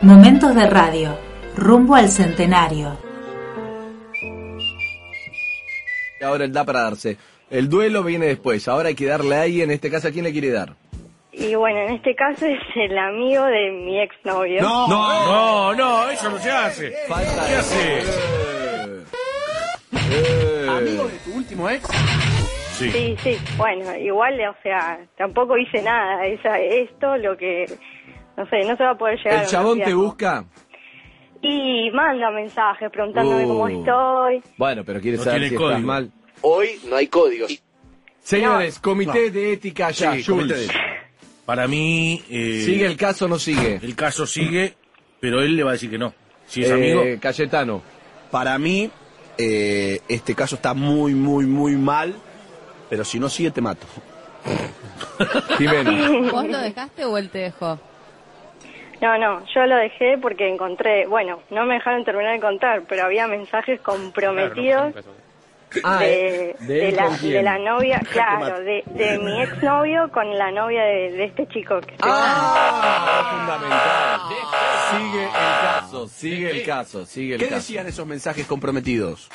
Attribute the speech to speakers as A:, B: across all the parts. A: Momentos de radio, rumbo al centenario.
B: Y ahora él da para darse. El duelo viene después. Ahora hay que darle ahí, en este caso, ¿a quién le quiere dar?
C: Y bueno, en este caso es el amigo de mi exnovio.
D: No, no, no, eso no se hace.
B: Falta
D: ¿Qué
B: de-
D: hace?
B: Eh. Eh.
D: Sí.
C: Sí, sí, bueno, igual, o sea, tampoco hice nada. Esa, esto lo que, no sé, no se va a poder llegar. a
B: El
C: un
B: chabón te
C: acuerdo.
B: busca.
C: Y manda mensajes preguntándome
B: Uh.
C: cómo estoy.
B: Bueno, pero quiere
D: No
B: saber
D: tiene
B: si
D: código.
B: estás mal.
E: Hoy no hay códigos.
B: Señores, comité
D: No.
B: de ética ya,
D: Sí,
B: Jules.
D: comité. Para mí, eh,
B: ¿Sigue el caso o no sigue?
D: el caso sigue, pero él le va a decir que no. Si es
B: Eh,
D: amigo,
B: Cayetano.
F: Para mí, eh, este caso está muy, muy, muy mal. Pero si no sigue, te mato.
B: Jimena.
G: ¿Vos lo dejaste o él te dejó?
C: No, no, yo lo dejé porque encontré, bueno, no me dejaron terminar de contar, pero había mensajes comprometidos
B: Ah,
C: de,
B: eh, de
C: de
B: él
C: la,
B: con quién.
C: de la novia, claro,
F: mate.
C: de, de mi exnovio con la novia de, de este chico. Que estoy-
B: Ah, fundamental. Sigue el caso, sigue el caso, sigue el
F: ¿Qué
B: caso.
F: decían esos mensajes comprometidos?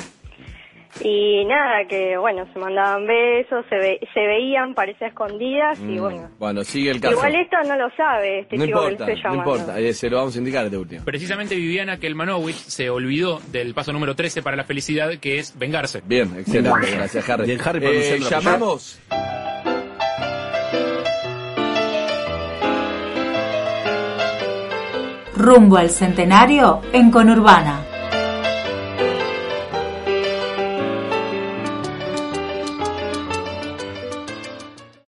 C: Y nada, que bueno, se mandaban besos, se, ve- se veían, parecía escondidas y bueno.
B: Bueno, sigue el Mm. caso.
C: Igual esto no lo sabe este
B: No
C: chico
B: importa,
C: que le estoy
B: no
C: llamando.
B: importa, eh, se lo vamos a indicar de último.
H: Precisamente Viviana Kelmanovich se olvidó del paso número 13 para la felicidad, que es vengarse.
B: Bien, excelente, gracias Harry.
F: Bien, Harry,
B: eh,
F: pronunciando la
B: llamamos.
A: Rumbo al centenario en Conurbana.